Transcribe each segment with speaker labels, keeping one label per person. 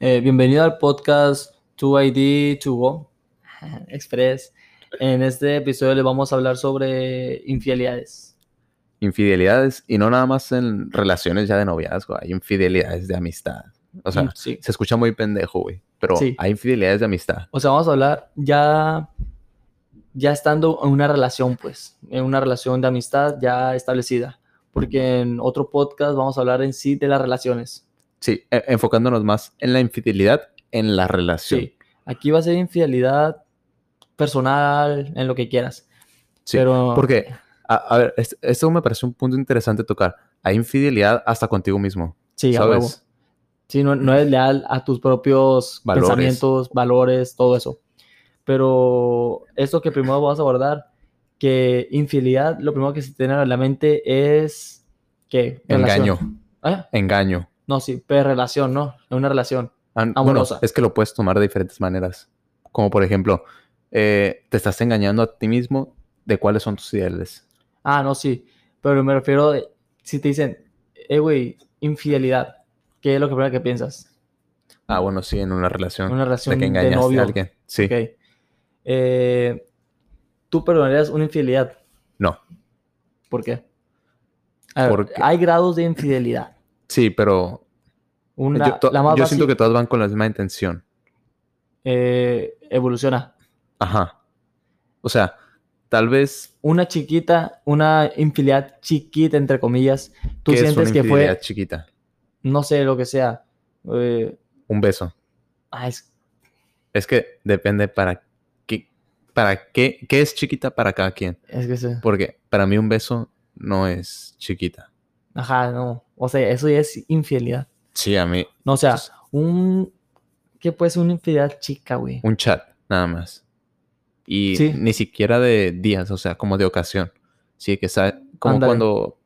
Speaker 1: Eh, bienvenido al podcast 2ID2O Express. En este episodio les vamos a hablar sobre infidelidades.
Speaker 2: Infidelidades y no nada más en relaciones ya de noviazgo, hay infidelidades de amistad. O sea,
Speaker 1: Mm, sí.
Speaker 2: se escucha muy pendejo, güey, pero
Speaker 1: Sí.
Speaker 2: hay infidelidades de amistad.
Speaker 1: O sea, vamos a hablar ya, ya estando en una relación, pues, en una relación de amistad ya establecida. Porque en otro podcast vamos a hablar en sí de las relaciones.
Speaker 2: Sí, e- enfocándonos más en la infidelidad en la relación.
Speaker 1: Sí. Aquí va a ser infidelidad personal, en lo que quieras.
Speaker 2: Sí,
Speaker 1: Pero
Speaker 2: Porque, a, a ver, es- esto me parece un punto interesante tocar. Hay infidelidad hasta contigo mismo,
Speaker 1: sí, a huevo.
Speaker 2: ¿sabes?
Speaker 1: Sí, no, no eres leal a tus propios
Speaker 2: Valores.
Speaker 1: pensamientos, valores, todo eso. Pero esto que primero vamos a abordar, que infidelidad, lo primero que se tiene en la mente es que...
Speaker 2: Engaño,
Speaker 1: Ah,
Speaker 2: engaño.
Speaker 1: No, sí, pero relación, ¿no? Es una relación.
Speaker 2: Ah, n-
Speaker 1: Amorosa.
Speaker 2: Bueno, es que lo puedes tomar de diferentes maneras. Como por ejemplo, eh, te estás engañando a ti mismo de cuáles son tus ideales.
Speaker 1: Ah, no, sí. Pero me refiero, de- si te dicen, eh, güey, infidelidad, ¿qué es lo que primero que piensas?
Speaker 2: Ah, bueno, sí, en una relación.
Speaker 1: Una
Speaker 2: Ah, de
Speaker 1: relación
Speaker 2: que
Speaker 1: de,
Speaker 2: engañaste
Speaker 1: novio.
Speaker 2: a alguien. Sí.
Speaker 1: Ok. Eh, ¿Tú perdonarías una infidelidad?
Speaker 2: No.
Speaker 1: ¿Por qué? A ver,
Speaker 2: Porque-
Speaker 1: Hay grados de infidelidad.
Speaker 2: Sí, pero
Speaker 1: Una,
Speaker 2: yo, to-
Speaker 1: la más
Speaker 2: yo siento que
Speaker 1: básica,
Speaker 2: todas van con la misma intención.
Speaker 1: eh, evoluciona.
Speaker 2: Ajá. O sea, tal vez
Speaker 1: Una chiquita, una infidelidad chiquita, entre comillas, tú
Speaker 2: que es una
Speaker 1: sientes que
Speaker 2: infidelidad
Speaker 1: fue,
Speaker 2: chiquita.
Speaker 1: no sé, lo que sea. eh,
Speaker 2: Un beso.
Speaker 1: ah, es-
Speaker 2: Es que depende para qué, para qué, qué es chiquita para cada quien.
Speaker 1: es que se-
Speaker 2: Porque para mí un beso no es chiquita.
Speaker 1: Ajá, no. O sea, eso ya es infidelidad.
Speaker 2: Sí, a mí
Speaker 1: No, o sea,
Speaker 2: Entonces-
Speaker 1: un. ¿Qué puede ser una infidelidad chica, güey?
Speaker 2: un chat nada más. Y
Speaker 1: Sí.
Speaker 2: ni siquiera de días, o sea, como de ocasión. Sí, que sabe, como
Speaker 1: Ándale.
Speaker 2: cuando...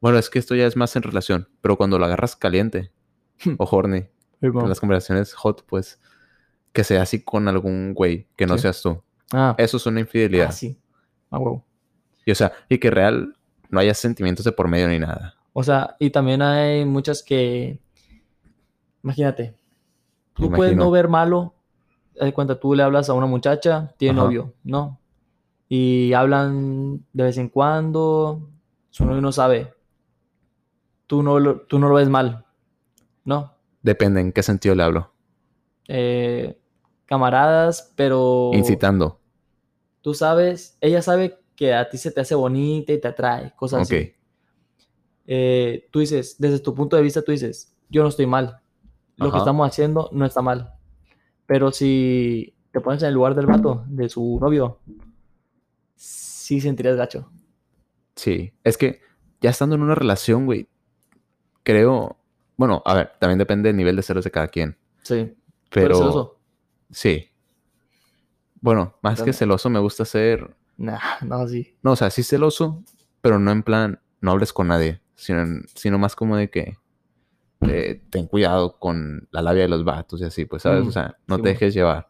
Speaker 2: Bueno, es que esto ya es más en relación, pero cuando lo agarras caliente
Speaker 1: Hmm.
Speaker 2: o horny,
Speaker 1: Firmó.
Speaker 2: en las conversaciones hot, pues, que sea así con algún güey, que no
Speaker 1: Sí.
Speaker 2: seas tú.
Speaker 1: Ah,
Speaker 2: Eso es una infidelidad.
Speaker 1: ah, sí. Ah, huevo.
Speaker 2: Y o sea, y que real no haya sentimientos de por medio ni nada.
Speaker 1: O sea, y también hay muchas que. Imagínate, tú
Speaker 2: Me
Speaker 1: puedes no
Speaker 2: imagino.
Speaker 1: ver malo. Haz de cuenta, tú le hablas a una muchacha, tiene
Speaker 2: Ajá.
Speaker 1: novio, ¿no? Y hablan de vez en cuando, su novio no sabe. Tú no lo, tú no lo ves mal, ¿no?
Speaker 2: Depende en qué sentido le hablo.
Speaker 1: Eh, camaradas, pero.
Speaker 2: Incitando.
Speaker 1: Tú sabes, ella sabe que a ti se te hace bonita y te atrae, cosas
Speaker 2: Ok.
Speaker 1: así. eh, tú dices, desde tu punto de vista, tú dices, yo no estoy mal. Lo que
Speaker 2: Ajá.
Speaker 1: estamos haciendo no está mal. Pero si te pones en el lugar del vato, de su novio, sí sentirías gacho.
Speaker 2: Sí, es que ya estando en una relación, güey, creo, bueno, a ver, también depende del nivel de celos de cada quien,
Speaker 1: Sí. ¿Tú eres
Speaker 2: pero
Speaker 1: celoso?
Speaker 2: sí. Bueno, más que
Speaker 1: Dame.
Speaker 2: celoso me gusta ser,
Speaker 1: Nah, no, sí.
Speaker 2: no, o sea, sí celoso, pero no en plan, no hables con nadie, sino, en- sino más como de que eh, ten cuidado con la labia de los vatos y así, pues, ¿sabes?
Speaker 1: Mm,
Speaker 2: O sea, no
Speaker 1: sí,
Speaker 2: te
Speaker 1: bueno.
Speaker 2: dejes llevar.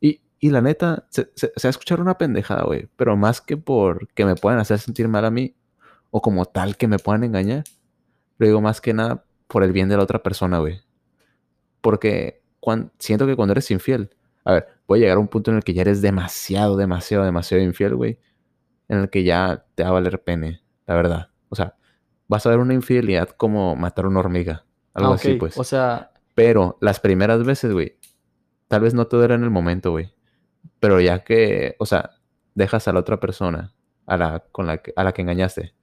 Speaker 2: Y, y la neta, se, se, se va a escuchar una pendejada, güey, pero más que por que me puedan hacer sentir mal a mí o como tal que me puedan engañar, lo digo más que nada por el bien de la otra persona, güey. Porque cuan- siento que cuando eres infiel, a ver, voy a llegar a un punto en el que ya eres demasiado, demasiado, demasiado infiel, güey, en el que ya te va a valer pene, la verdad. O sea, vas a ver una infidelidad como matar una hormiga, algo
Speaker 1: Ah,
Speaker 2: así,
Speaker 1: ok.
Speaker 2: pues.
Speaker 1: O sea,
Speaker 2: Pero las primeras veces, güey, tal vez no te duele en el momento, güey. Pero ya que, o sea, dejas a la otra persona, a la, con la, que- a la que engañaste,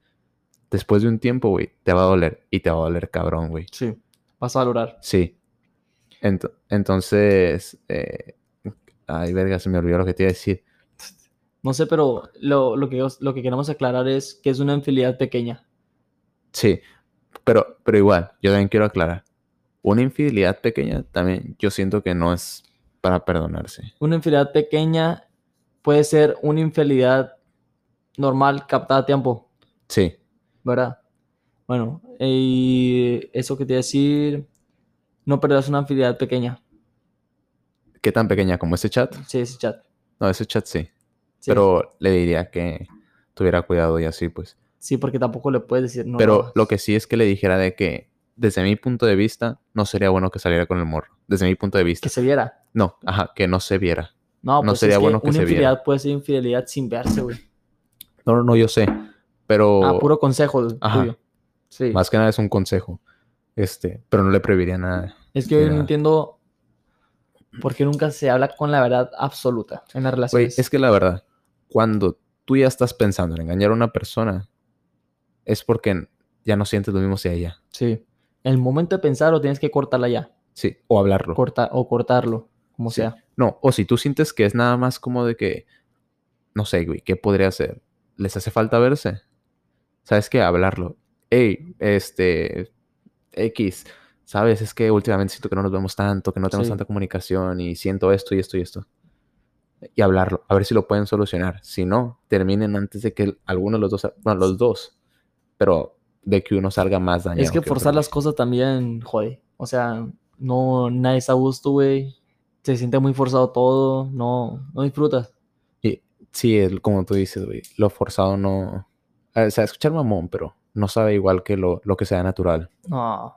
Speaker 2: después de un tiempo, güey, te va a doler. Y te va a doler cabrón, güey.
Speaker 1: sí, vas a valorar.
Speaker 2: Sí. Ento- entonces, eh, ay, verga, se me olvidó lo que te iba a decir.
Speaker 1: No sé, pero lo, lo que, os- lo que queremos aclarar es que es una infidelidad pequeña.
Speaker 2: Sí, pero, pero igual, yo también quiero aclarar. Una infidelidad pequeña también yo siento que no es para perdonarse.
Speaker 1: Una infidelidad pequeña puede ser una infidelidad normal captada a tiempo.
Speaker 2: Sí,
Speaker 1: ¿verdad? Bueno, y eso que te iba a decir, no perderás una infidelidad pequeña.
Speaker 2: ¿qué tan pequeña como este chat?
Speaker 1: Sí, ese chat.
Speaker 2: No, ese chat sí.
Speaker 1: Sí,
Speaker 2: Pero le diría que tuviera cuidado y así, pues.
Speaker 1: sí, porque tampoco le puedes decir no.
Speaker 2: Pero
Speaker 1: hagas.
Speaker 2: lo que sí es que le dijera de que desde mi punto de vista, no sería bueno que saliera con el morro. Desde mi punto de vista.
Speaker 1: que se viera.
Speaker 2: No, ajá, que no se viera.
Speaker 1: No,
Speaker 2: No
Speaker 1: pues
Speaker 2: sería
Speaker 1: es
Speaker 2: bueno que
Speaker 1: una
Speaker 2: se viera.
Speaker 1: infidelidad puede ser infidelidad sin verse, güey.
Speaker 2: No, no, no, yo sé. Pero
Speaker 1: Ah, puro consejo
Speaker 2: Ajá.
Speaker 1: tuyo. Sí.
Speaker 2: más que nada es un consejo. Este, pero no le prohibiría nada.
Speaker 1: Es que yo
Speaker 2: Mira.
Speaker 1: no entiendo por qué nunca se habla con la verdad absoluta en las
Speaker 2: Güey,
Speaker 1: relaciones.
Speaker 2: es que la verdad, cuando tú ya estás pensando en engañar a una persona, es porque ya no sientes lo mismo hacia ella.
Speaker 1: Sí. El momento de pensar o tienes que cortarla ya.
Speaker 2: Sí, o hablarlo.
Speaker 1: Corta, o cortarlo, como
Speaker 2: Sí.
Speaker 1: sea.
Speaker 2: No, o si tú sientes que es nada más como de que, no sé, güey, ¿qué podría hacer? ¿Les hace falta verse? ¿Sabes qué? Hablarlo. Hey, este, X, ¿sabes? Es que últimamente siento que no nos vemos tanto, que no tenemos
Speaker 1: Sí.
Speaker 2: tanta comunicación y siento esto y esto y esto. Y hablarlo, a ver si lo pueden solucionar. Si no, terminen antes de que el- alguno de los dos, bueno, los dos, pero de que uno salga más dañado.
Speaker 1: es que
Speaker 2: otro,
Speaker 1: forzar
Speaker 2: güey.
Speaker 1: las cosas también, jode. O sea, no, nadie está a gusto, güey. Se siente muy forzado todo. No, no disfrutas.
Speaker 2: Y, sí, el- como tú dices, güey, lo forzado no... eh, O sea, escuchar mamón, pero no sabe igual que lo, lo que sea natural.
Speaker 1: No.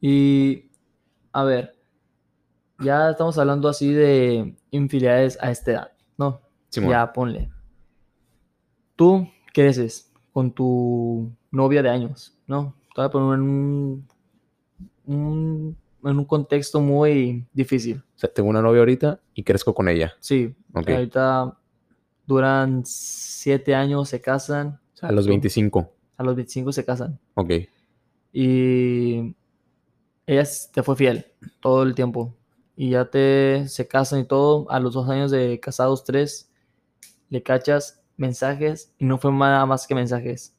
Speaker 1: Y, a ver, ya estamos hablando así de infidelidades a esta edad, ¿no? Ya ponle. Tú creces con tu novia de años, ¿no? Te voy a poner en un, un- en un contexto muy difícil.
Speaker 2: O sea, tengo una novia ahorita y crezco con ella.
Speaker 1: Sí,
Speaker 2: Ok.
Speaker 1: ahorita duran siete años, se casan,
Speaker 2: O sea, a los
Speaker 1: tú-
Speaker 2: 25.
Speaker 1: a los 25 se casan.
Speaker 2: Ok.
Speaker 1: Y ella s- te fue fiel todo el tiempo. Y ya te se casan y todo. A los dos años de casados, tres, le cachas mensajes y no fue nada más que mensajes.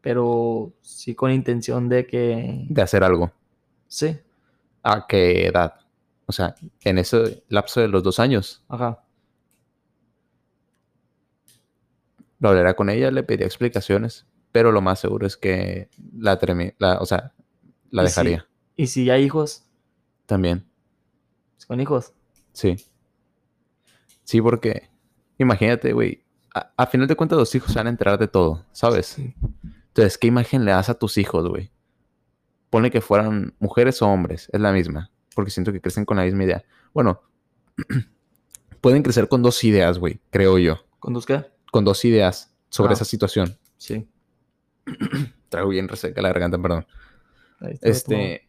Speaker 1: Pero sí con intención de que...
Speaker 2: De hacer algo.
Speaker 1: Sí,
Speaker 2: ¿A qué edad? O sea, en ese lapso de los dos años,
Speaker 1: ajá.
Speaker 2: lo hablará con ella, le pediría explicaciones, pero lo más seguro es que la, termi- la o sea, la
Speaker 1: Y sí.
Speaker 2: dejaría.
Speaker 1: Y si hay hijos, pues
Speaker 2: También.
Speaker 1: con hijos.
Speaker 2: Sí. Sí, porque imagínate, güey. A, a final de cuentas, los hijos se van a enterar de todo, ¿sabes?
Speaker 1: Sí.
Speaker 2: Entonces, ¿qué imagen le das a tus hijos, güey? Pone que fueran mujeres o hombres, es la misma. Porque siento que crecen con la misma idea. Bueno, pueden crecer con dos ideas, güey, creo yo.
Speaker 1: ¿Con tus qué?
Speaker 2: Con dos ideas sobre
Speaker 1: Ah.
Speaker 2: esa situación.
Speaker 1: Sí.
Speaker 2: Traigo bien reseca la garganta, perdón.
Speaker 1: ahí está, toma.
Speaker 2: Este.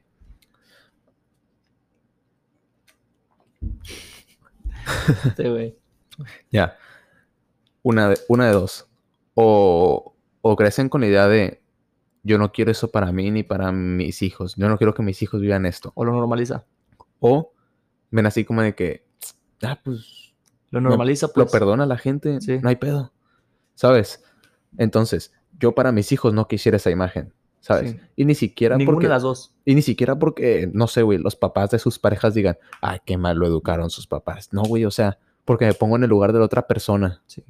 Speaker 1: Este, güey.
Speaker 2: Ya. Una de, una de dos. O, o crecen con la idea de yo no quiero eso para mí ni para mis hijos. Yo no quiero que mis hijos vivan esto.
Speaker 1: O lo normaliza.
Speaker 2: O ven así como de que, ah, pues
Speaker 1: Lo normaliza,
Speaker 2: lo
Speaker 1: pues.
Speaker 2: perdona la gente,
Speaker 1: Sí.
Speaker 2: no hay pedo. ¿Sabes? Entonces, yo para mis hijos no quisiera esa imagen, ¿sabes?
Speaker 1: Sí.
Speaker 2: Y ni siquiera
Speaker 1: Ninguna
Speaker 2: porque
Speaker 1: de las dos.
Speaker 2: y ni siquiera porque, no sé, güey, los papás de sus parejas digan, ay, qué mal lo educaron sus papás. No, güey, o sea, porque me pongo en el lugar de la otra persona.
Speaker 1: Sí.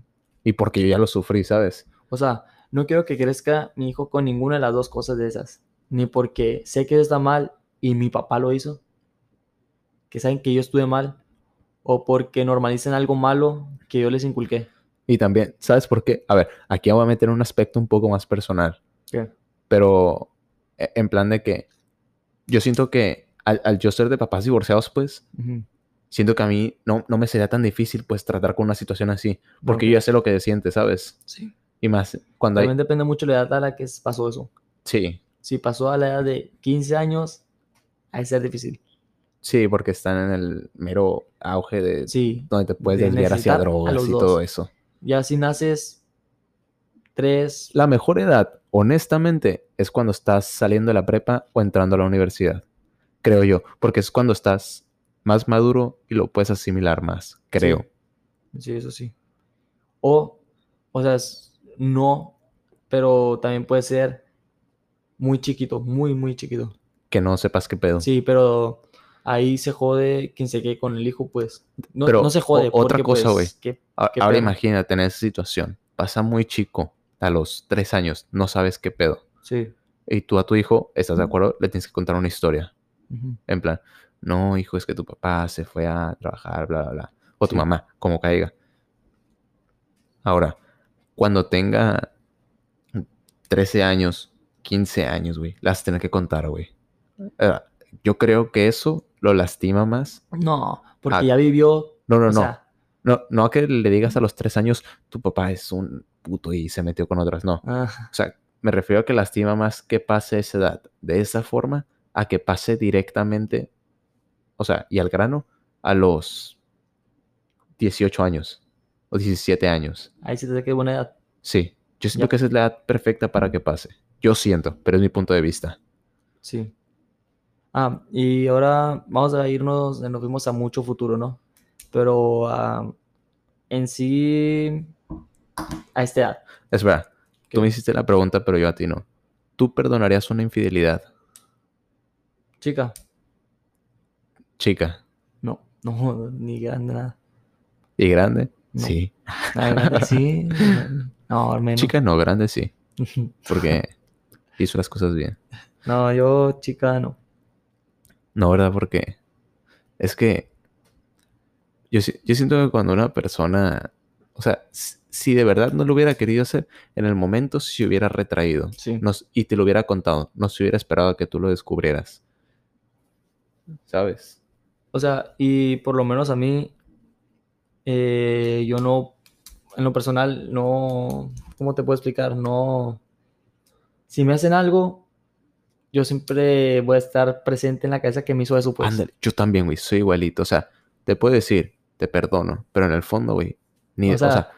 Speaker 2: Y porque yo ya lo sufrí, ¿sabes?
Speaker 1: O sea, no quiero que crezca mi hijo con ninguna de las dos cosas de esas. Ni porque sé que está mal y mi papá lo hizo. Que saben que yo estuve mal. O porque normalicen algo malo que yo les inculqué.
Speaker 2: Y también, ¿sabes por qué? A ver, aquí voy a meter un aspecto un poco más personal,
Speaker 1: ¿Qué?
Speaker 2: pero e- en plan de que yo siento que al, al yo ser de papás divorciados, pues, siento que a mí no, no me sería tan difícil, pues, tratar con una situación así, porque
Speaker 1: Ok.
Speaker 2: yo ya sé lo que siente, ¿sabes?
Speaker 1: Sí.
Speaker 2: Y más cuando hay...
Speaker 1: También depende mucho la edad a la que pasó eso.
Speaker 2: Sí,
Speaker 1: Si pasó a la edad de 15 años, ha de ser difícil.
Speaker 2: sí, porque están en el mero auge de
Speaker 1: Sí.
Speaker 2: donde te puedes
Speaker 1: de
Speaker 2: desviar hacia
Speaker 1: necesitar a
Speaker 2: drogas
Speaker 1: los
Speaker 2: y
Speaker 1: dos.
Speaker 2: todo eso.
Speaker 1: Ya si naces 3,
Speaker 2: La mejor edad, honestamente, es cuando estás saliendo de la prepa o entrando a la universidad, creo yo, porque es cuando estás más maduro y lo puedes asimilar más, creo.
Speaker 1: Sí, eso sí. O, o sea, es- no, pero también puede ser muy chiquito, muy, muy chiquito.
Speaker 2: Que no sepas qué pedo.
Speaker 1: Sí, pero ahí se jode quien se quede con el hijo, pues. No,
Speaker 2: Pero
Speaker 1: no se jode.
Speaker 2: o- otra
Speaker 1: porque,
Speaker 2: cosa,
Speaker 1: pues, que-
Speaker 2: A-
Speaker 1: qué
Speaker 2: Ahora
Speaker 1: pedo.
Speaker 2: imagínate en esa situación, pasa muy chico, a los tres años, no sabes qué pedo.
Speaker 1: Sí.
Speaker 2: Y tú a tu hijo, ¿estás de acuerdo? Le tienes que contar una historia.
Speaker 1: ujú,
Speaker 2: En plan, no, hijo, es que tu papá se fue a trabajar, bla, bla, bla. O tu
Speaker 1: Sí.
Speaker 2: mamá, como caiga. Ahora, cuando tenga 13 años 15 años, güey. Las tener que contar, güey. Eh, Yo creo que eso lo lastima más.
Speaker 1: No, porque
Speaker 2: Ah.
Speaker 1: ya vivió.
Speaker 2: No, no,
Speaker 1: o
Speaker 2: no.
Speaker 1: sea,
Speaker 2: no. No a que le digas a los 3 años, tu papá es un puto y se metió con otras. No.
Speaker 1: ah,
Speaker 2: O sea, me refiero a que lastima más que pase esa edad de esa forma a que pase directamente, o sea, y al grano, a los 18 años o 17 años.
Speaker 1: ahí sí te queda buena edad.
Speaker 2: Sí, yo siento
Speaker 1: Ya.
Speaker 2: que esa es la edad perfecta para que pase. Yo siento, pero es mi punto de vista.
Speaker 1: Sí. Ah, y ahora vamos a irnos, nos fuimos a mucho futuro, ¿no? Pero ah, en sí, a esta edad.
Speaker 2: Es verdad,
Speaker 1: ¿Qué?
Speaker 2: tú me hiciste la pregunta, pero yo a ti no. ¿Tú perdonarías una infidelidad?
Speaker 1: Chica,
Speaker 2: Chica
Speaker 1: no, no, ni grande, nada.
Speaker 2: y grande,
Speaker 1: No.
Speaker 2: sí.
Speaker 1: Nada Ah, grande, sí. No, al menos.
Speaker 2: Chica no, grande sí, porque hizo las cosas bien.
Speaker 1: No, yo, chica, no.
Speaker 2: No, ¿verdad? Porque es que yo, si- yo siento que cuando una persona, o sea, s- si de verdad no lo hubiera querido hacer, en el momento se hubiera retraído
Speaker 1: Sí.
Speaker 2: no s- y te lo hubiera contado, no se hubiera esperado a que tú lo descubrieras. ¿Sabes?
Speaker 1: O sea, y por lo menos a mí, eh, yo no, en lo personal, no, ¿cómo te puedo explicar? No, si me hacen algo, yo siempre voy a estar presente en la cabeza que me hizo eso, pues.
Speaker 2: Ándale, yo también, güey, soy igualito. O sea, te puedo decir, te perdono, pero en el fondo, güey, ni,
Speaker 1: O
Speaker 2: de- o sea,
Speaker 1: sea,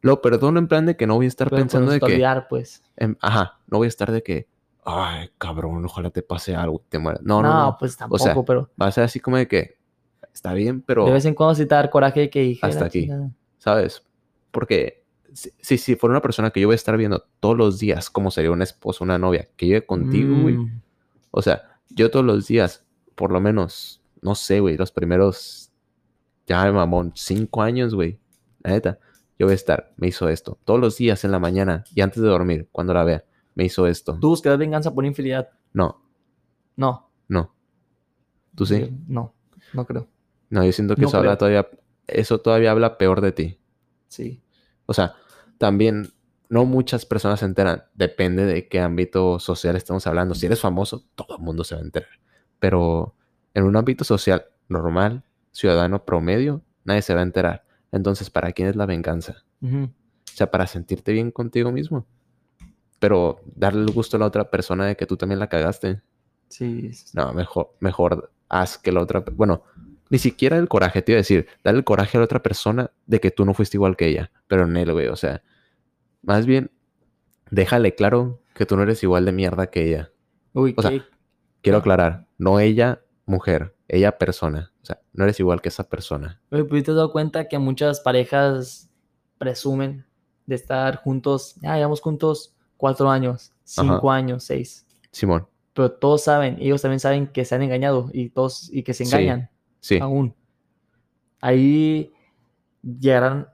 Speaker 2: lo perdono en plan de que no voy a estar
Speaker 1: Pero por
Speaker 2: pensando
Speaker 1: eso
Speaker 2: de
Speaker 1: te
Speaker 2: que...
Speaker 1: olvidar, pues.
Speaker 2: em, ajá, no voy a estar de que, ay, cabrón, ojalá te pase algo, y te mueras.
Speaker 1: No,
Speaker 2: No, no, no.
Speaker 1: pues
Speaker 2: O
Speaker 1: tampoco,
Speaker 2: sea,
Speaker 1: pero
Speaker 2: va a ser así como de que está bien, pero
Speaker 1: de vez en cuando sí te va a dar coraje de que dije,
Speaker 2: Hasta
Speaker 1: "La
Speaker 2: aquí".
Speaker 1: chingada".
Speaker 2: ¿sabes? Porque si, si, si fuera una persona que yo voy a estar viendo todos los días, como sería una esposa, una novia, que vive contigo, güey.
Speaker 1: Mm,
Speaker 2: O sea, yo todos los días, por lo menos, no sé, güey, los primeros, ya de mamón, cinco años, güey. La neta, yo voy a estar, me hizo esto. Todos los días en la mañana y antes de dormir, cuando la vea, me hizo esto.
Speaker 1: ¿Tú buscas venganza por infidelidad?
Speaker 2: No,
Speaker 1: No.
Speaker 2: no. ¿Tú sí?
Speaker 1: Yo- No, no creo.
Speaker 2: No, yo siento que
Speaker 1: No
Speaker 2: eso habla
Speaker 1: creo.
Speaker 2: todavía, eso todavía habla peor de ti.
Speaker 1: Sí.
Speaker 2: O sea, también no muchas personas se enteran. Depende de qué ámbito social estamos hablando. Si eres famoso, todo el mundo se va a enterar. Pero en un ámbito social normal, ciudadano promedio, nadie se va a enterar. Entonces, ¿para quién es la venganza?
Speaker 1: Ujú.
Speaker 2: O sea, para sentirte bien contigo mismo. Pero darle el gusto a la otra persona de que tú también la cagaste.
Speaker 1: Sí. es-
Speaker 2: No, mejor, mejor haz que la otra. pe- Bueno, ni siquiera el coraje, te iba a decir, dale el coraje a la otra persona de que tú no fuiste igual que ella, pero en él, güey, o sea, más bien, déjale claro que tú no eres igual de mierda que ella.
Speaker 1: Uy,
Speaker 2: O sea,
Speaker 1: qué-
Speaker 2: Quiero
Speaker 1: Ah.
Speaker 2: aclarar, no ella mujer, ella persona, o sea, no eres igual que esa persona.
Speaker 1: Oye, pues te has dado cuenta que muchas parejas presumen de estar juntos, ya llevamos juntos cuatro años, cinco años, seis.
Speaker 2: Simón,
Speaker 1: Pero todos saben, ellos también saben que se han engañado y todos y que se
Speaker 2: Sí,
Speaker 1: engañan
Speaker 2: sí,
Speaker 1: aún. Ahí llegarán,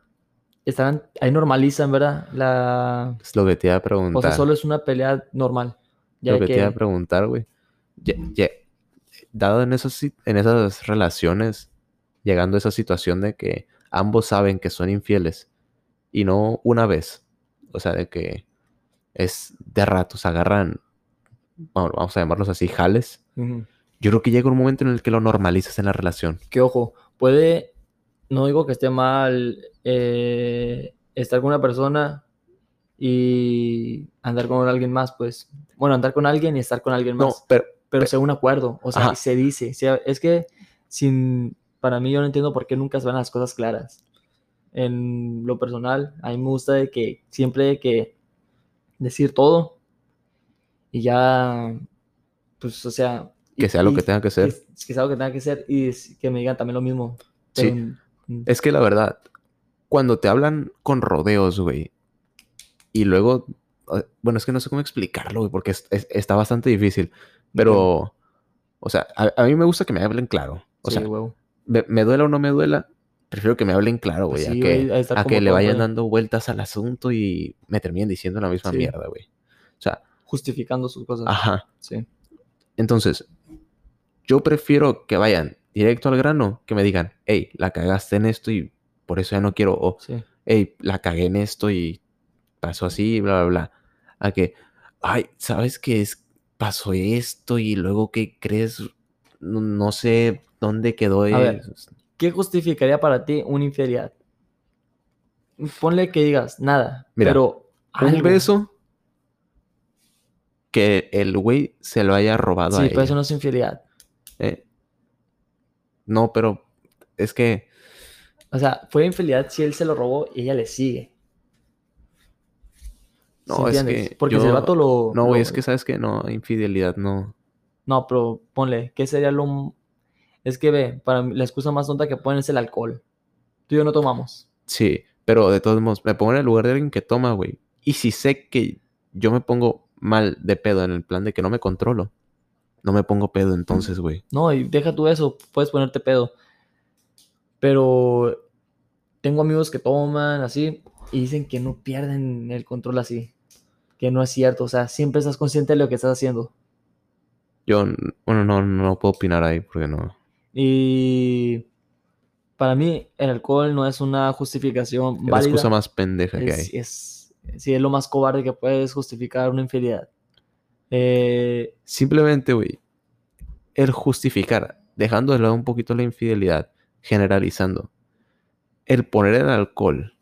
Speaker 1: estarán, ahí normalizan, ¿verdad? La,
Speaker 2: es lo que te iba a
Speaker 1: o sea,
Speaker 2: preguntar.
Speaker 1: solo es una pelea normal. Ya
Speaker 2: lo que,
Speaker 1: que,
Speaker 2: te iba a preguntar, güey. Ye- ye- Dado en, esos, sit- en esas relaciones, llegando a esa situación de que ambos saben que son infieles y no una vez, o sea, de que es de ratos, agarran, bueno, vamos a llamarlos así, jales.
Speaker 1: Ujú.
Speaker 2: Yo creo que llega un momento en el que lo normalizas en la relación.
Speaker 1: que ojo, puede, no digo que esté mal eh, estar con una persona y andar con alguien más, pues, bueno, andar con alguien y estar con alguien
Speaker 2: No,
Speaker 1: más,
Speaker 2: pero
Speaker 1: pero
Speaker 2: pe-
Speaker 1: sea un acuerdo, o sea,
Speaker 2: Ajá.
Speaker 1: y se dice, o sea, es que sin, para mí yo no entiendo por qué nunca se van las cosas claras. En lo personal, a mí me gusta de que siempre de que decir todo y ya, pues, o sea... y-
Speaker 2: que sea lo
Speaker 1: y-
Speaker 2: que tenga que ser.
Speaker 1: que, que sea lo que tenga que ser y es- que me digan también lo mismo.
Speaker 2: Sí.
Speaker 1: Pero, mm,
Speaker 2: Es que la verdad, cuando te hablan con rodeos, güey, y luego, o- bueno, es que no sé cómo explicarlo, güey, porque es- es- está bastante difícil, pero, o sea, a, a mí me gusta que me hablen claro. O
Speaker 1: sí,
Speaker 2: sea,
Speaker 1: huevo.
Speaker 2: me, me duela o no me duela, prefiero que me hablen claro,
Speaker 1: Pues sí,
Speaker 2: güey, a que,
Speaker 1: güey, a estar
Speaker 2: a que
Speaker 1: como
Speaker 2: le
Speaker 1: todo,
Speaker 2: vayan
Speaker 1: güey,
Speaker 2: dando vueltas al asunto y me terminen diciendo la misma
Speaker 1: Sí.
Speaker 2: mierda, güey. O sea,
Speaker 1: Justificando sus cosas.
Speaker 2: ajá.
Speaker 1: Sí.
Speaker 2: Entonces, yo prefiero que vayan directo al grano, que me digan, hey, la cagaste en esto y por eso ya no quiero, o
Speaker 1: Sí.
Speaker 2: hey, la cagué en esto y pasó así, bla, bla, bla, a que, ay, ¿sabes qué es? Pasó esto y luego, ¿qué crees? No, no sé dónde quedó.
Speaker 1: A ver, ¿qué justificaría para ti una infidelidad? Ponle que digas nada,
Speaker 2: Mira,
Speaker 1: pero
Speaker 2: un
Speaker 1: algo.
Speaker 2: beso que el güey se lo haya robado a
Speaker 1: Sí, pues, pero
Speaker 2: ella,
Speaker 1: eso no es infidelidad.
Speaker 2: ¿eh? No, pero es que
Speaker 1: O sea, fue infidelidad si él se lo robó y ella le sigue.
Speaker 2: No,
Speaker 1: ¿Sí
Speaker 2: es
Speaker 1: entiendes?
Speaker 2: que
Speaker 1: Porque si
Speaker 2: yo-
Speaker 1: el vato lo.
Speaker 2: no,
Speaker 1: lo-
Speaker 2: güey, es que sabes que no, infidelidad no.
Speaker 1: No, pero ponle, ¿qué sería lo. m- Es que ve, para mí, la excusa más tonta que ponen es el alcohol. Tú y yo no tomamos.
Speaker 2: Sí, pero de todos modos, me pongo en el lugar de alguien que toma, güey. Y si sé que yo me pongo mal de pedo en el plan de que no me controlo, no me pongo pedo entonces, güey.
Speaker 1: No, y deja tú eso, puedes ponerte pedo. Pero tengo amigos que toman así y dicen que no pierden el control así. Que no es cierto, o sea, siempre estás consciente de lo que estás haciendo.
Speaker 2: Yo, n- bueno, no, no puedo opinar ahí porque no.
Speaker 1: Y para mí el alcohol no es una justificación
Speaker 2: Es la
Speaker 1: válida.
Speaker 2: excusa más pendeja que hay.
Speaker 1: es, es, sí, es lo más cobarde que puedes justificar una infidelidad. Eh,
Speaker 2: Simplemente, güey, el justificar, dejando de lado un poquito la infidelidad, generalizando, el poner el alcohol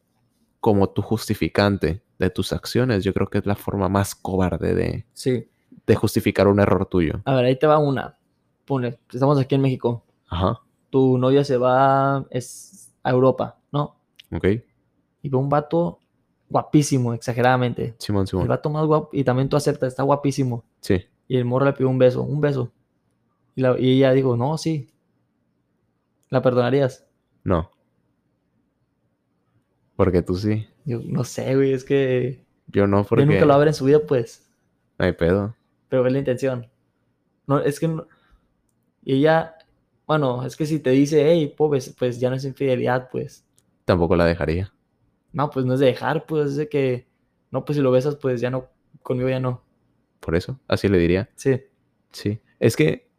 Speaker 2: como tu justificante de tus acciones, yo creo que es la forma más cobarde de,
Speaker 1: sí.
Speaker 2: de justificar un error tuyo.
Speaker 1: A ver, ahí te va una. Pone, estamos aquí en México.
Speaker 2: Ajá,
Speaker 1: Tu novia se va es, a Europa, ¿no?
Speaker 2: ok.
Speaker 1: Y ve un vato guapísimo, exageradamente.
Speaker 2: Simón,
Speaker 1: El
Speaker 2: Simón.
Speaker 1: vato más guapo, y también tú aceptas, está guapísimo.
Speaker 2: Sí,
Speaker 1: Y el morro le pidió un beso, un beso. Y, la- y ella dijo, no, sí. ¿La perdonarías?
Speaker 2: no. Porque tú sí,
Speaker 1: Yo, no sé, güey, es que...
Speaker 2: yo no,
Speaker 1: Yo
Speaker 2: porque
Speaker 1: nunca lo abre en su vida, pues.
Speaker 2: no hay pedo.
Speaker 1: pero es la intención. No, es que no- y ella, bueno, es que si te dice, hey, pues, pues ya no es infidelidad, pues.
Speaker 2: Tampoco la dejaría.
Speaker 1: No, pues no es de dejar, pues es de que, no, pues si lo besas, pues ya no, conmigo ya no.
Speaker 2: Por eso, así le diría.
Speaker 1: Sí,
Speaker 2: Sí, es que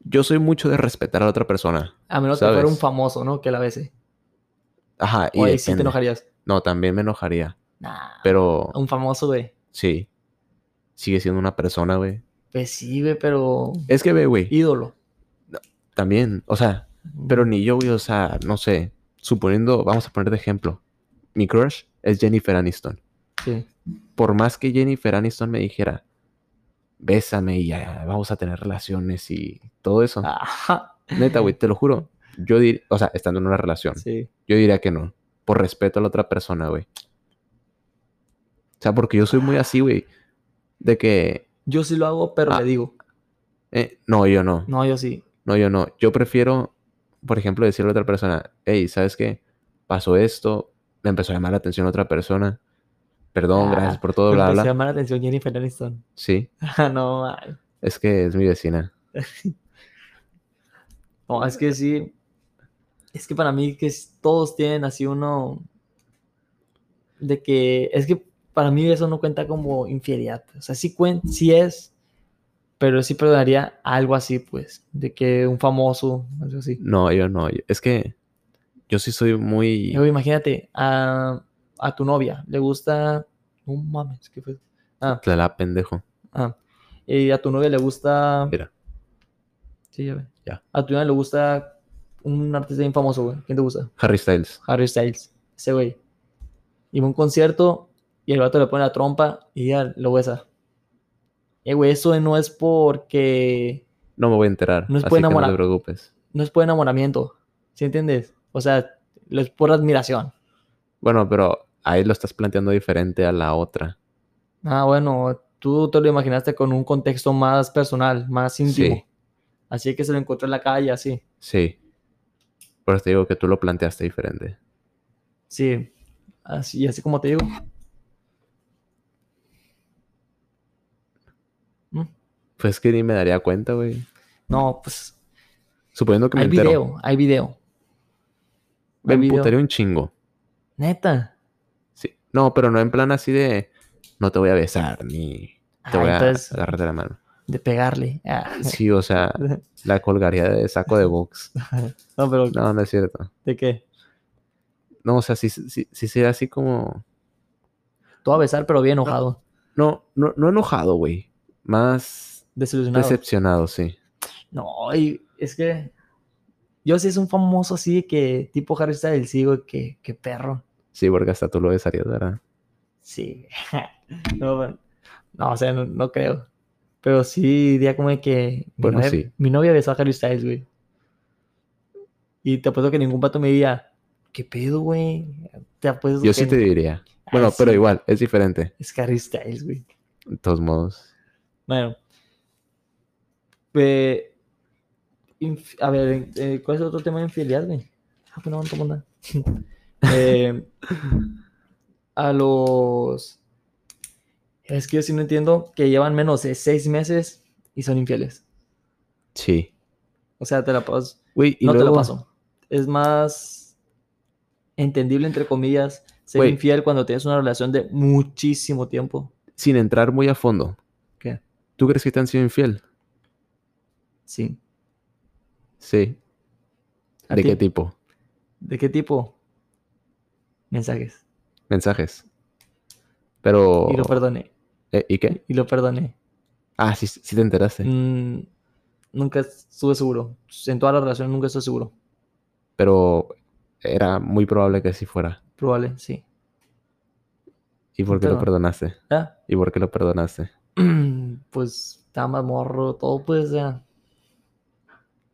Speaker 2: yo soy mucho de respetar a la otra persona.
Speaker 1: a menos que fuera
Speaker 2: ¿Sabes?
Speaker 1: un famoso, ¿no? Que la bese.
Speaker 2: Ajá, y
Speaker 1: O ahí sí te
Speaker 2: depende.
Speaker 1: enojarías.
Speaker 2: No, también me enojaría.
Speaker 1: Nah,
Speaker 2: Pero
Speaker 1: un famoso, güey.
Speaker 2: sí. Sigue siendo una persona, güey.
Speaker 1: Pues sí, güey, pero
Speaker 2: Es que ve, güey.
Speaker 1: ídolo.
Speaker 2: También. O sea, pero ni yo, güey. O sea, no sé. Suponiendo, vamos a poner de ejemplo. Mi crush es Jennifer Aniston.
Speaker 1: Sí,
Speaker 2: Por más que Jennifer Aniston me dijera, bésame y ya, vamos a tener relaciones y todo eso.
Speaker 1: Ah. Ajá,
Speaker 2: Neta, güey, te lo juro. Yo diría, o sea, estando en una relación,
Speaker 1: sí.
Speaker 2: yo diría que no. Por respeto a la otra persona, güey. O sea, porque yo soy muy así, güey. De que
Speaker 1: Yo sí lo hago, pero
Speaker 2: Ah.
Speaker 1: le digo.
Speaker 2: Eh, no, yo no.
Speaker 1: No, yo sí.
Speaker 2: No, yo no. Yo prefiero, por ejemplo, decirle a otra persona, hey, ¿sabes qué? Pasó esto, me empezó a llamar la atención otra persona. Perdón,
Speaker 1: Ah,
Speaker 2: gracias por todo,
Speaker 1: Me
Speaker 2: bla,
Speaker 1: empezó a
Speaker 2: bla.
Speaker 1: llamar la atención Jennifer Aniston.
Speaker 2: Sí,
Speaker 1: no, man.
Speaker 2: es que es mi vecina.
Speaker 1: No, es que sí. Es que para mí que es- todos tienen así uno de que es que para mí eso no cuenta como infidelidad. pues. O sea, sí cuen- sí es, pero sí perdonaría algo así, pues, de que un famoso, algo así.
Speaker 2: No, yo no. yo- Es que yo sí soy muy...
Speaker 1: Luego, imagínate a, a tu novia le gusta, no mames, ¿qué fue? Ah,
Speaker 2: La, la pendejo.
Speaker 1: ah, y a tu novia le gusta,
Speaker 2: Mira,
Speaker 1: sí, ya ve.
Speaker 2: Ya.
Speaker 1: A tu novia le gusta un artista bien famoso, güey. ¿Quién te gusta?
Speaker 2: Harry Styles.
Speaker 1: Harry Styles, ese güey. Y va a un concierto y el vato le pone la trompa y ya lo besa. Eh, güey, eso no es porque.
Speaker 2: No me voy a enterar.
Speaker 1: No se
Speaker 2: así
Speaker 1: puede
Speaker 2: que no te
Speaker 1: enamorar.
Speaker 2: preocupes.
Speaker 1: No es por enamoramiento. ¿Sí entiendes? O sea, lo es por admiración.
Speaker 2: Bueno, pero ahí lo estás planteando diferente a la otra.
Speaker 1: Ah, bueno, tú te lo imaginaste con un contexto más personal, más íntimo.
Speaker 2: Sí.
Speaker 1: Así que se lo encontró en la calle, así.
Speaker 2: Sí. Por eso te digo que tú lo planteaste diferente.
Speaker 1: Sí. Así, así como te digo. Mm.
Speaker 2: Pues que ni me daría cuenta, güey.
Speaker 1: No, pues.
Speaker 2: Suponiendo que me
Speaker 1: Hay
Speaker 2: entero.
Speaker 1: video, hay video.
Speaker 2: me
Speaker 1: hay video.
Speaker 2: emputaría un chingo.
Speaker 1: Neta.
Speaker 2: Sí. No, pero no en plan así de no te voy a besar ni te
Speaker 1: Ah,
Speaker 2: voy
Speaker 1: entonces,
Speaker 2: a agarrar de la mano.
Speaker 1: de pegarle. Ah.
Speaker 2: Sí, o sea, la colgaría de saco de box.
Speaker 1: No, pero
Speaker 2: No, no es cierto.
Speaker 1: ¿de qué?
Speaker 2: No, o sea, sí, sí, sí sería así como.
Speaker 1: Tú a besar, pero bien enojado.
Speaker 2: No, no, no enojado, güey. Más
Speaker 1: Desilusionado.
Speaker 2: decepcionado, sí.
Speaker 1: No, y es que yo sí es un famoso así de que tipo Harry Styles, sí, güey, que, que perro.
Speaker 2: Sí, porque hasta tú lo besarías, ¿verdad?
Speaker 1: Sí. no, bueno, no, o sea, no, no creo. Pero sí diría como de que mi,
Speaker 2: Bueno,
Speaker 1: novia,
Speaker 2: sí.
Speaker 1: mi novia besó a Harry Styles, güey. Y te apuesto que ningún pato me diría, ¿qué pedo, güey? Te apuesto
Speaker 2: Yo
Speaker 1: que
Speaker 2: sí te diría. Bueno,
Speaker 1: Ah,
Speaker 2: pero
Speaker 1: sí.
Speaker 2: igual, es diferente.
Speaker 1: Es Harry Styles, güey.
Speaker 2: De todos modos.
Speaker 1: Bueno. Eh, inf- a ver, eh, ¿cuál es el otro tema de infidelidad, güey? Ah, pues no, no tomo nada. Eh, a los... Es que yo sí no entiendo que llevan menos de seis meses y son infieles.
Speaker 2: Sí.
Speaker 1: O sea, te la paso.
Speaker 2: Güey, y
Speaker 1: No te la
Speaker 2: luego-
Speaker 1: paso. Es más entendible, entre comillas, ser
Speaker 2: Güey.
Speaker 1: infiel cuando tienes una relación de muchísimo tiempo.
Speaker 2: sin entrar muy a fondo.
Speaker 1: ¿Qué?
Speaker 2: ¿Tú crees que te han sido infiel?
Speaker 1: Sí.
Speaker 2: Sí.
Speaker 1: ¿A
Speaker 2: ¿De
Speaker 1: ti?
Speaker 2: qué tipo?
Speaker 1: ¿De qué tipo? Mensajes.
Speaker 2: Mensajes. Pero.
Speaker 1: Y lo perdoné.
Speaker 2: Eh, ¿y qué?
Speaker 1: Y lo perdoné.
Speaker 2: Ah, sí, sí te enteraste.
Speaker 1: Mm, nunca estuve seguro. En toda la relación nunca estuve seguro.
Speaker 2: Pero era muy probable que así fuera.
Speaker 1: Probable, sí.
Speaker 2: ¿Y por qué lo
Speaker 1: Pero-
Speaker 2: perdonaste?
Speaker 1: ¿Ah?
Speaker 2: ¿Y por qué lo perdonaste?
Speaker 1: Pues estaba más morro, todo pues ya.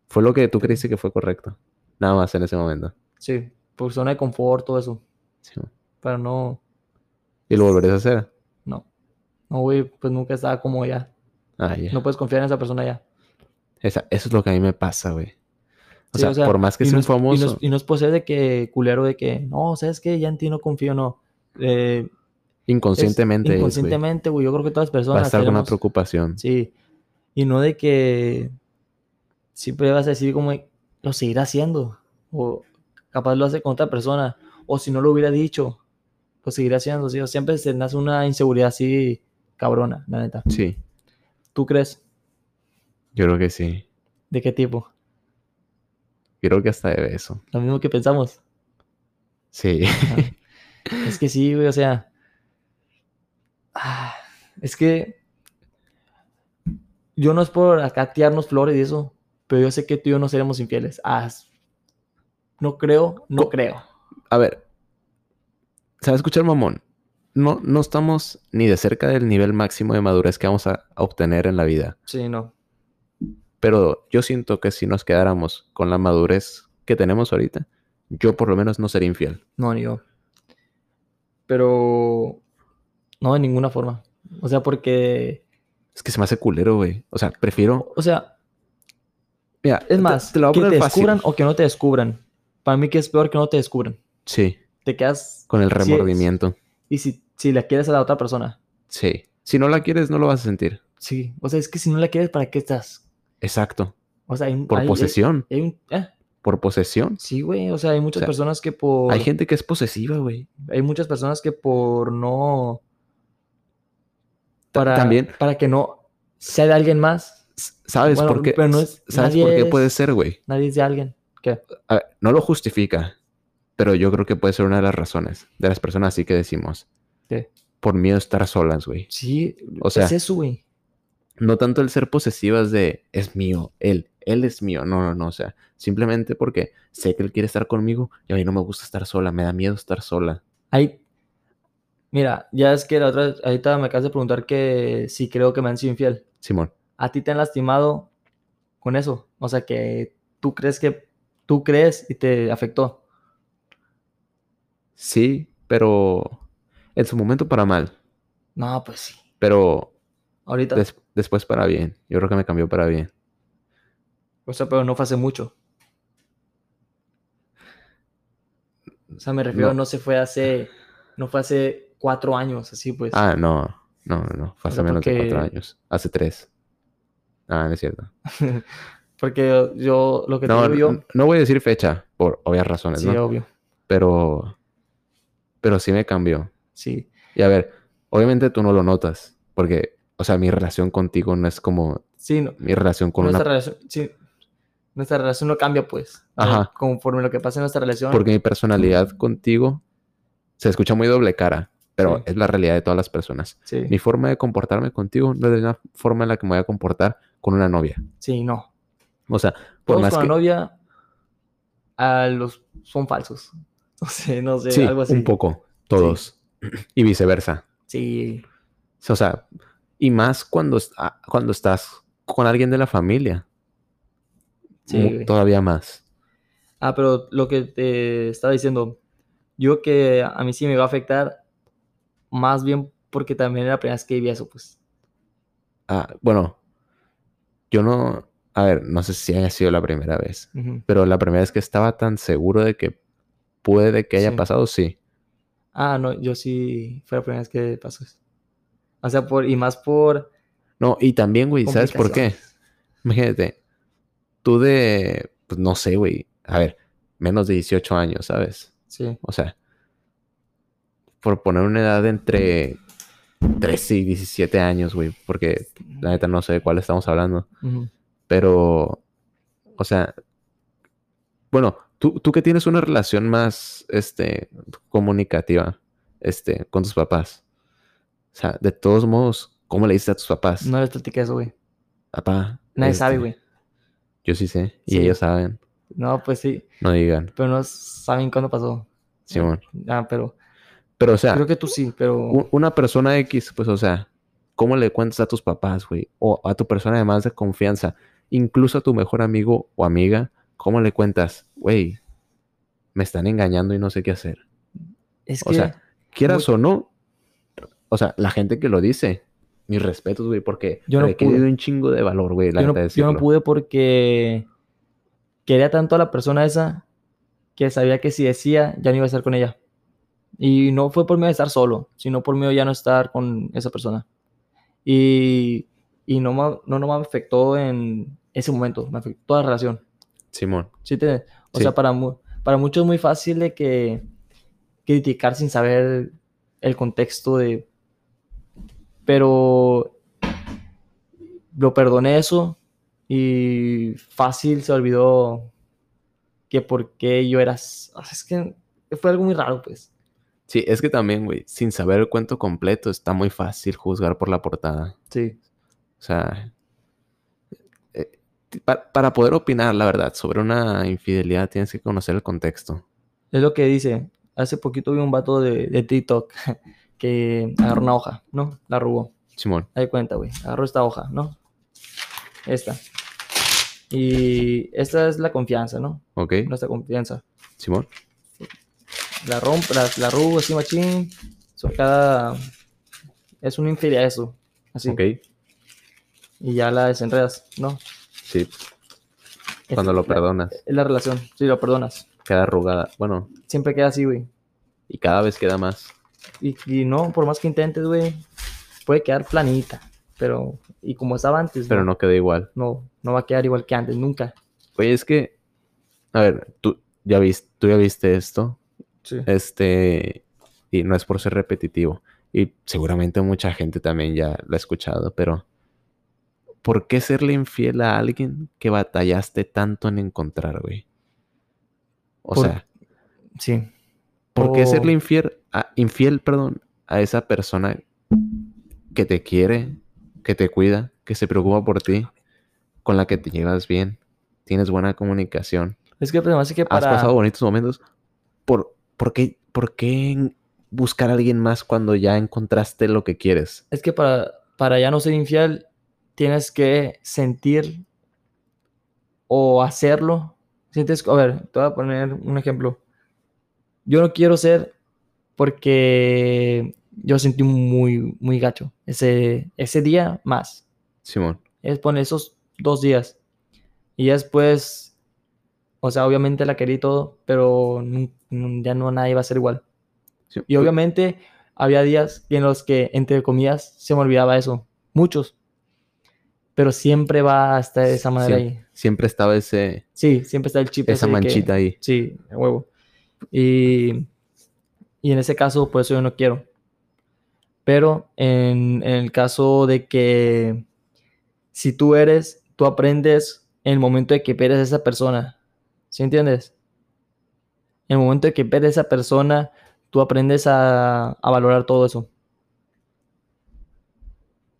Speaker 2: Fue lo que tú creíste que fue correcto. Nada más en ese momento.
Speaker 1: Sí, por zona de confort, todo eso.
Speaker 2: Sí.
Speaker 1: Pero no,
Speaker 2: ¿Y lo volverías a hacer?
Speaker 1: no. No, güey, pues nunca estaba como ya.
Speaker 2: Ah, ya.
Speaker 1: No puedes confiar en esa persona ya.
Speaker 2: Esa- eso es lo que a mí me pasa, güey. O,
Speaker 1: Sí,
Speaker 2: sea, por más que
Speaker 1: y no
Speaker 2: sea un
Speaker 1: es- y no es-
Speaker 2: famoso.
Speaker 1: Y no es por ser de que culero de que, no, ¿sabes qué? Ya en ti no confío, no. Eh, es-
Speaker 2: Inconscientemente. es, güey.
Speaker 1: Inconscientemente, güey. Yo creo que todas las personas.
Speaker 2: Va a estar con una
Speaker 1: tenemos-
Speaker 2: preocupación.
Speaker 1: Sí. Y no de que siempre vas a decir como lo seguirá haciendo. O capaz lo hace con otra persona. O si no lo hubiera dicho, lo seguirá haciendo. ¿sí? O siempre se nace una inseguridad así cabrona, la neta.
Speaker 2: Sí,
Speaker 1: ¿Tú crees?
Speaker 2: yo creo que sí.
Speaker 1: ¿De qué tipo?
Speaker 2: Yo creo que hasta de beso.
Speaker 1: Lo mismo que pensamos.
Speaker 2: Sí.
Speaker 1: Es que sí, güey, o sea. ah, es que. Yo no es por acá tirarnos flores y eso, pero yo sé que tú y yo no seremos infieles. Ah, no creo, no
Speaker 2: Co-
Speaker 1: creo.
Speaker 2: A ver. ¿Sabes escuchar, mamón? No, no estamos ni de cerca del nivel máximo de madurez que vamos a, a obtener en la vida.
Speaker 1: Sí, no.
Speaker 2: Pero yo siento que si nos quedáramos con la madurez que tenemos ahorita, yo por lo menos no sería infiel.
Speaker 1: No, ni yo. Pero. No, de ninguna forma. O sea, porque.
Speaker 2: Es que se me hace culero, güey. O sea, prefiero.
Speaker 1: O sea,
Speaker 2: Mira,
Speaker 1: es más,
Speaker 2: te, te la voy
Speaker 1: que
Speaker 2: a
Speaker 1: te
Speaker 2: poner fácil.
Speaker 1: descubran o que no te descubran. Para mí que es peor que no te descubran.
Speaker 2: Sí,
Speaker 1: Te quedas.
Speaker 2: con el
Speaker 1: es-
Speaker 2: remordimiento.
Speaker 1: Y si, si la quieres a la otra persona.
Speaker 2: Sí. Si no la quieres, no lo vas a sentir.
Speaker 1: Sí. O sea, es que si no la quieres, ¿para qué estás?
Speaker 2: Exacto.
Speaker 1: O sea, hay, un-
Speaker 2: Por
Speaker 1: hay-
Speaker 2: posesión.
Speaker 1: hay un- ¿eh?
Speaker 2: Por posesión.
Speaker 1: Sí, güey. O sea, hay muchas
Speaker 2: O sea,
Speaker 1: personas que por.
Speaker 2: Hay gente que es posesiva, güey.
Speaker 1: hay muchas personas que por no.
Speaker 2: Ta-
Speaker 1: Para,
Speaker 2: también-
Speaker 1: Para que no sea de alguien más.
Speaker 2: S- ¿Sabes
Speaker 1: Bueno,
Speaker 2: por qué?
Speaker 1: pero no es-
Speaker 2: ¿Sabes
Speaker 1: nadie
Speaker 2: por qué
Speaker 1: es-
Speaker 2: puede ser, güey?
Speaker 1: Nadie es de alguien. ¿Qué?
Speaker 2: A ver, No lo justifica, pero yo creo que puede ser una de las razones de las personas así que decimos.
Speaker 1: ¿Qué?
Speaker 2: Por miedo a estar solas, güey.
Speaker 1: Sí.
Speaker 2: O sea,
Speaker 1: es eso, güey.
Speaker 2: no tanto el ser posesivas de es mío, él, él es mío. No, no, no. O sea, simplemente porque sé que él quiere estar conmigo y a mí no me gusta estar sola, me da miedo estar sola.
Speaker 1: Hay. Mira, ya es que la otra. Ahorita me acabas de preguntar que si creo que me han sido infiel.
Speaker 2: Simón,
Speaker 1: ¿A ti te han lastimado con eso? O sea, que tú crees que. Tú crees y te afectó.
Speaker 2: sí, pero en su momento para mal,
Speaker 1: No, pues sí.
Speaker 2: pero
Speaker 1: Ahorita.
Speaker 2: des- después para bien. Yo creo que me cambió para bien.
Speaker 1: O sea, pero no fue hace mucho. O sea, me refiero,
Speaker 2: No.
Speaker 1: no, se fue hace, no fue hace cuatro años, así pues.
Speaker 2: Ah, no, no, no, no.
Speaker 1: O
Speaker 2: Fue hace
Speaker 1: sea,
Speaker 2: menos de cuatro
Speaker 1: porque-
Speaker 2: años. Hace tres. Ah, no es cierto.
Speaker 1: Porque yo, lo que te
Speaker 2: No,
Speaker 1: digo yo,
Speaker 2: no, no voy a decir fecha, por obvias razones,
Speaker 1: sí,
Speaker 2: ¿no?
Speaker 1: obvio,
Speaker 2: Pero. Pero sí me cambió.
Speaker 1: sí.
Speaker 2: Y a ver, obviamente tú no lo notas. Porque, o sea, mi relación contigo no es como
Speaker 1: Sí, no-
Speaker 2: mi relación con
Speaker 1: nuestra
Speaker 2: una.
Speaker 1: relación, sí, nuestra relación no cambia pues. O sea,
Speaker 2: Ajá.
Speaker 1: Conforme lo que pasa en nuestra relación.
Speaker 2: Porque mi personalidad contigo se escucha muy doble cara. pero
Speaker 1: Sí.
Speaker 2: es la realidad de todas las personas.
Speaker 1: Sí.
Speaker 2: Mi forma de comportarme contigo no es la misma forma en la que me voy a comportar con una novia.
Speaker 1: Sí, no.
Speaker 2: O sea, por
Speaker 1: Todos
Speaker 2: más
Speaker 1: con
Speaker 2: que...
Speaker 1: la novia a los son falsos. No sé, no sé,
Speaker 2: sí,
Speaker 1: algo así.
Speaker 2: un poco, todos. Y viceversa.
Speaker 1: Sí,
Speaker 2: O sea, y más cuando, es- ah, cuando estás con alguien de la familia.
Speaker 1: sí.
Speaker 2: Mu-
Speaker 1: güey.
Speaker 2: Todavía más.
Speaker 1: Ah, pero lo que te estaba diciendo, yo que a mí sí me va a afectar, más bien porque también era la primera vez que vivía eso, pues.
Speaker 2: Ah, bueno, yo no, a ver, no sé si haya sido la primera vez,
Speaker 1: Ujú.
Speaker 2: pero la primera vez que estaba tan seguro de que puede que haya
Speaker 1: Sí.
Speaker 2: pasado, sí.
Speaker 1: Ah, no, yo sí fue la primera vez que pasó eso. O sea, por, y más por...
Speaker 2: No, y también, güey, ¿sabes por qué? Imagínate, tú de, pues no sé, güey, a ver, menos de 18 años, ¿sabes?
Speaker 1: Sí,
Speaker 2: O sea, por poner una edad entre 13 y 17 años, güey, porque la neta no sé de cuál estamos hablando.
Speaker 1: Ujú.
Speaker 2: Pero, o sea, bueno, tú, tú que tienes una relación más, este, comunicativa, este, con tus papás. O sea, de todos modos, ¿cómo le dices a tus papás?
Speaker 1: No les platiqué eso, güey.
Speaker 2: Papá.
Speaker 1: Nadie
Speaker 2: este,
Speaker 1: sabe, güey.
Speaker 2: Yo sí sé, y
Speaker 1: Sí.
Speaker 2: ellos saben,
Speaker 1: No, pues sí,
Speaker 2: no digan,
Speaker 1: pero no saben cuándo pasó.
Speaker 2: Simón.
Speaker 1: Ah, pero
Speaker 2: Pero, o sea,
Speaker 1: creo que tú sí, pero...
Speaker 2: u- una persona X, pues, o sea, ¿cómo le cuentas a tus papás, güey? O a tu persona de más de confianza, incluso a tu mejor amigo o amiga, ¿cómo le cuentas? Güey, me están engañando y no sé qué hacer.
Speaker 1: Es
Speaker 2: o
Speaker 1: que...
Speaker 2: sea, quieras
Speaker 1: Muy-
Speaker 2: o no, o sea, la gente que lo dice, mis respetos, güey, porque
Speaker 1: Yo no
Speaker 2: requiere
Speaker 1: pude.
Speaker 2: de un chingo de valor, güey, la
Speaker 1: yo,
Speaker 2: neta,
Speaker 1: no, yo no
Speaker 2: decirlo.
Speaker 1: pude porque quería tanto a la persona esa que sabía que si decía ya no iba a estar con ella. Y no fue por miedo de estar solo, sino por miedo ya no estar con esa persona. Y, y no, ma- no, no me afectó en ese momento, me afectó toda la relación.
Speaker 2: Simón,
Speaker 1: ¿Sí te- o
Speaker 2: Sí.
Speaker 1: sea, para, mu- para muchos es muy fácil de que criticar sin saber el contexto de... Pero lo perdoné eso y fácil se olvidó que por qué yo era... as- ah, Es que fue algo muy raro, pues.
Speaker 2: sí, es que también, güey, sin saber el cuento completo, está muy fácil juzgar por la portada.
Speaker 1: Sí.
Speaker 2: O sea, eh, ti- pa- para poder opinar, la verdad, sobre una infidelidad tienes que conocer el contexto.
Speaker 1: Es lo que dice. Hace poquito vi un vato de, de TikTok que agarró una hoja, ¿no? La arrugó.
Speaker 2: Simón,
Speaker 1: Ahí cuenta, güey. Agarro esta hoja, ¿no? Esta. Y esta es la confianza, ¿no?
Speaker 2: ¿ok?
Speaker 1: Nuestra confianza.
Speaker 2: Simón,
Speaker 1: La rompo, la, la arrugo así, machín. So, cada... Es una infidelidad eso. Así.
Speaker 2: ¿ok?
Speaker 1: Y ya la desenredas, ¿no?
Speaker 2: Sí,
Speaker 1: Es-
Speaker 2: cuando lo
Speaker 1: la-
Speaker 2: perdonas,
Speaker 1: Es la relación. Sí, lo perdonas.
Speaker 2: queda arrugada. Bueno,
Speaker 1: Siempre queda así, güey.
Speaker 2: y cada vez queda más.
Speaker 1: Y, y no, por más que intentes, güey, puede quedar planita. Pero... Y como estaba antes,
Speaker 2: Pero no queda igual.
Speaker 1: No, no va a quedar igual que antes, nunca.
Speaker 2: Oye, es que, a ver, tú ya viste, tú ya viste esto,
Speaker 1: Sí.
Speaker 2: este, y no es por ser repetitivo, y seguramente mucha gente también ya lo ha escuchado, pero ¿por qué serle infiel a alguien que batallaste tanto en encontrar, güey? O
Speaker 1: Por-
Speaker 2: sea,
Speaker 1: Sí.
Speaker 2: ¿por qué serle
Speaker 1: o-
Speaker 2: infiel a, infiel, perdón, a esa persona que te quiere, que te cuida, que se preocupa por ti, con la que te llevas bien, tienes buena comunicación?
Speaker 1: Es que pues, además es que
Speaker 2: has
Speaker 1: para...
Speaker 2: pasado bonitos momentos. ¿Por, por qué, por qué en- buscar a alguien más cuando ya encontraste lo que quieres?
Speaker 1: Es que para, para ya no ser infiel, tienes que sentir o hacerlo. Sientes, a ver, te voy a poner un ejemplo. Yo no quiero ser porque yo sentí muy, muy gacho. Ese, ese día más.
Speaker 2: Simón,
Speaker 1: Es poner esos dos días. Y ya después, o sea, obviamente la quería y todo, pero nun- nun- ya no nadie va a ser igual.
Speaker 2: sí,
Speaker 1: Y
Speaker 2: tú-
Speaker 1: obviamente había días en los que, entre comillas, se me olvidaba eso. Muchos. Pero siempre va a estar esa madre
Speaker 2: Siem-
Speaker 1: ahí.
Speaker 2: Siempre estaba ese,
Speaker 1: Sí, siempre está el chip.
Speaker 2: esa
Speaker 1: ese de que-
Speaker 2: manchita ahí.
Speaker 1: Sí, a huevo. Y, y en ese caso, por eso yo no quiero. Pero en, en el caso de que si tú eres, tú aprendes en el momento de que pierdes a esa persona. ¿Sí entiendes? En el momento de que pierdes a esa persona, tú aprendes a, a valorar todo eso.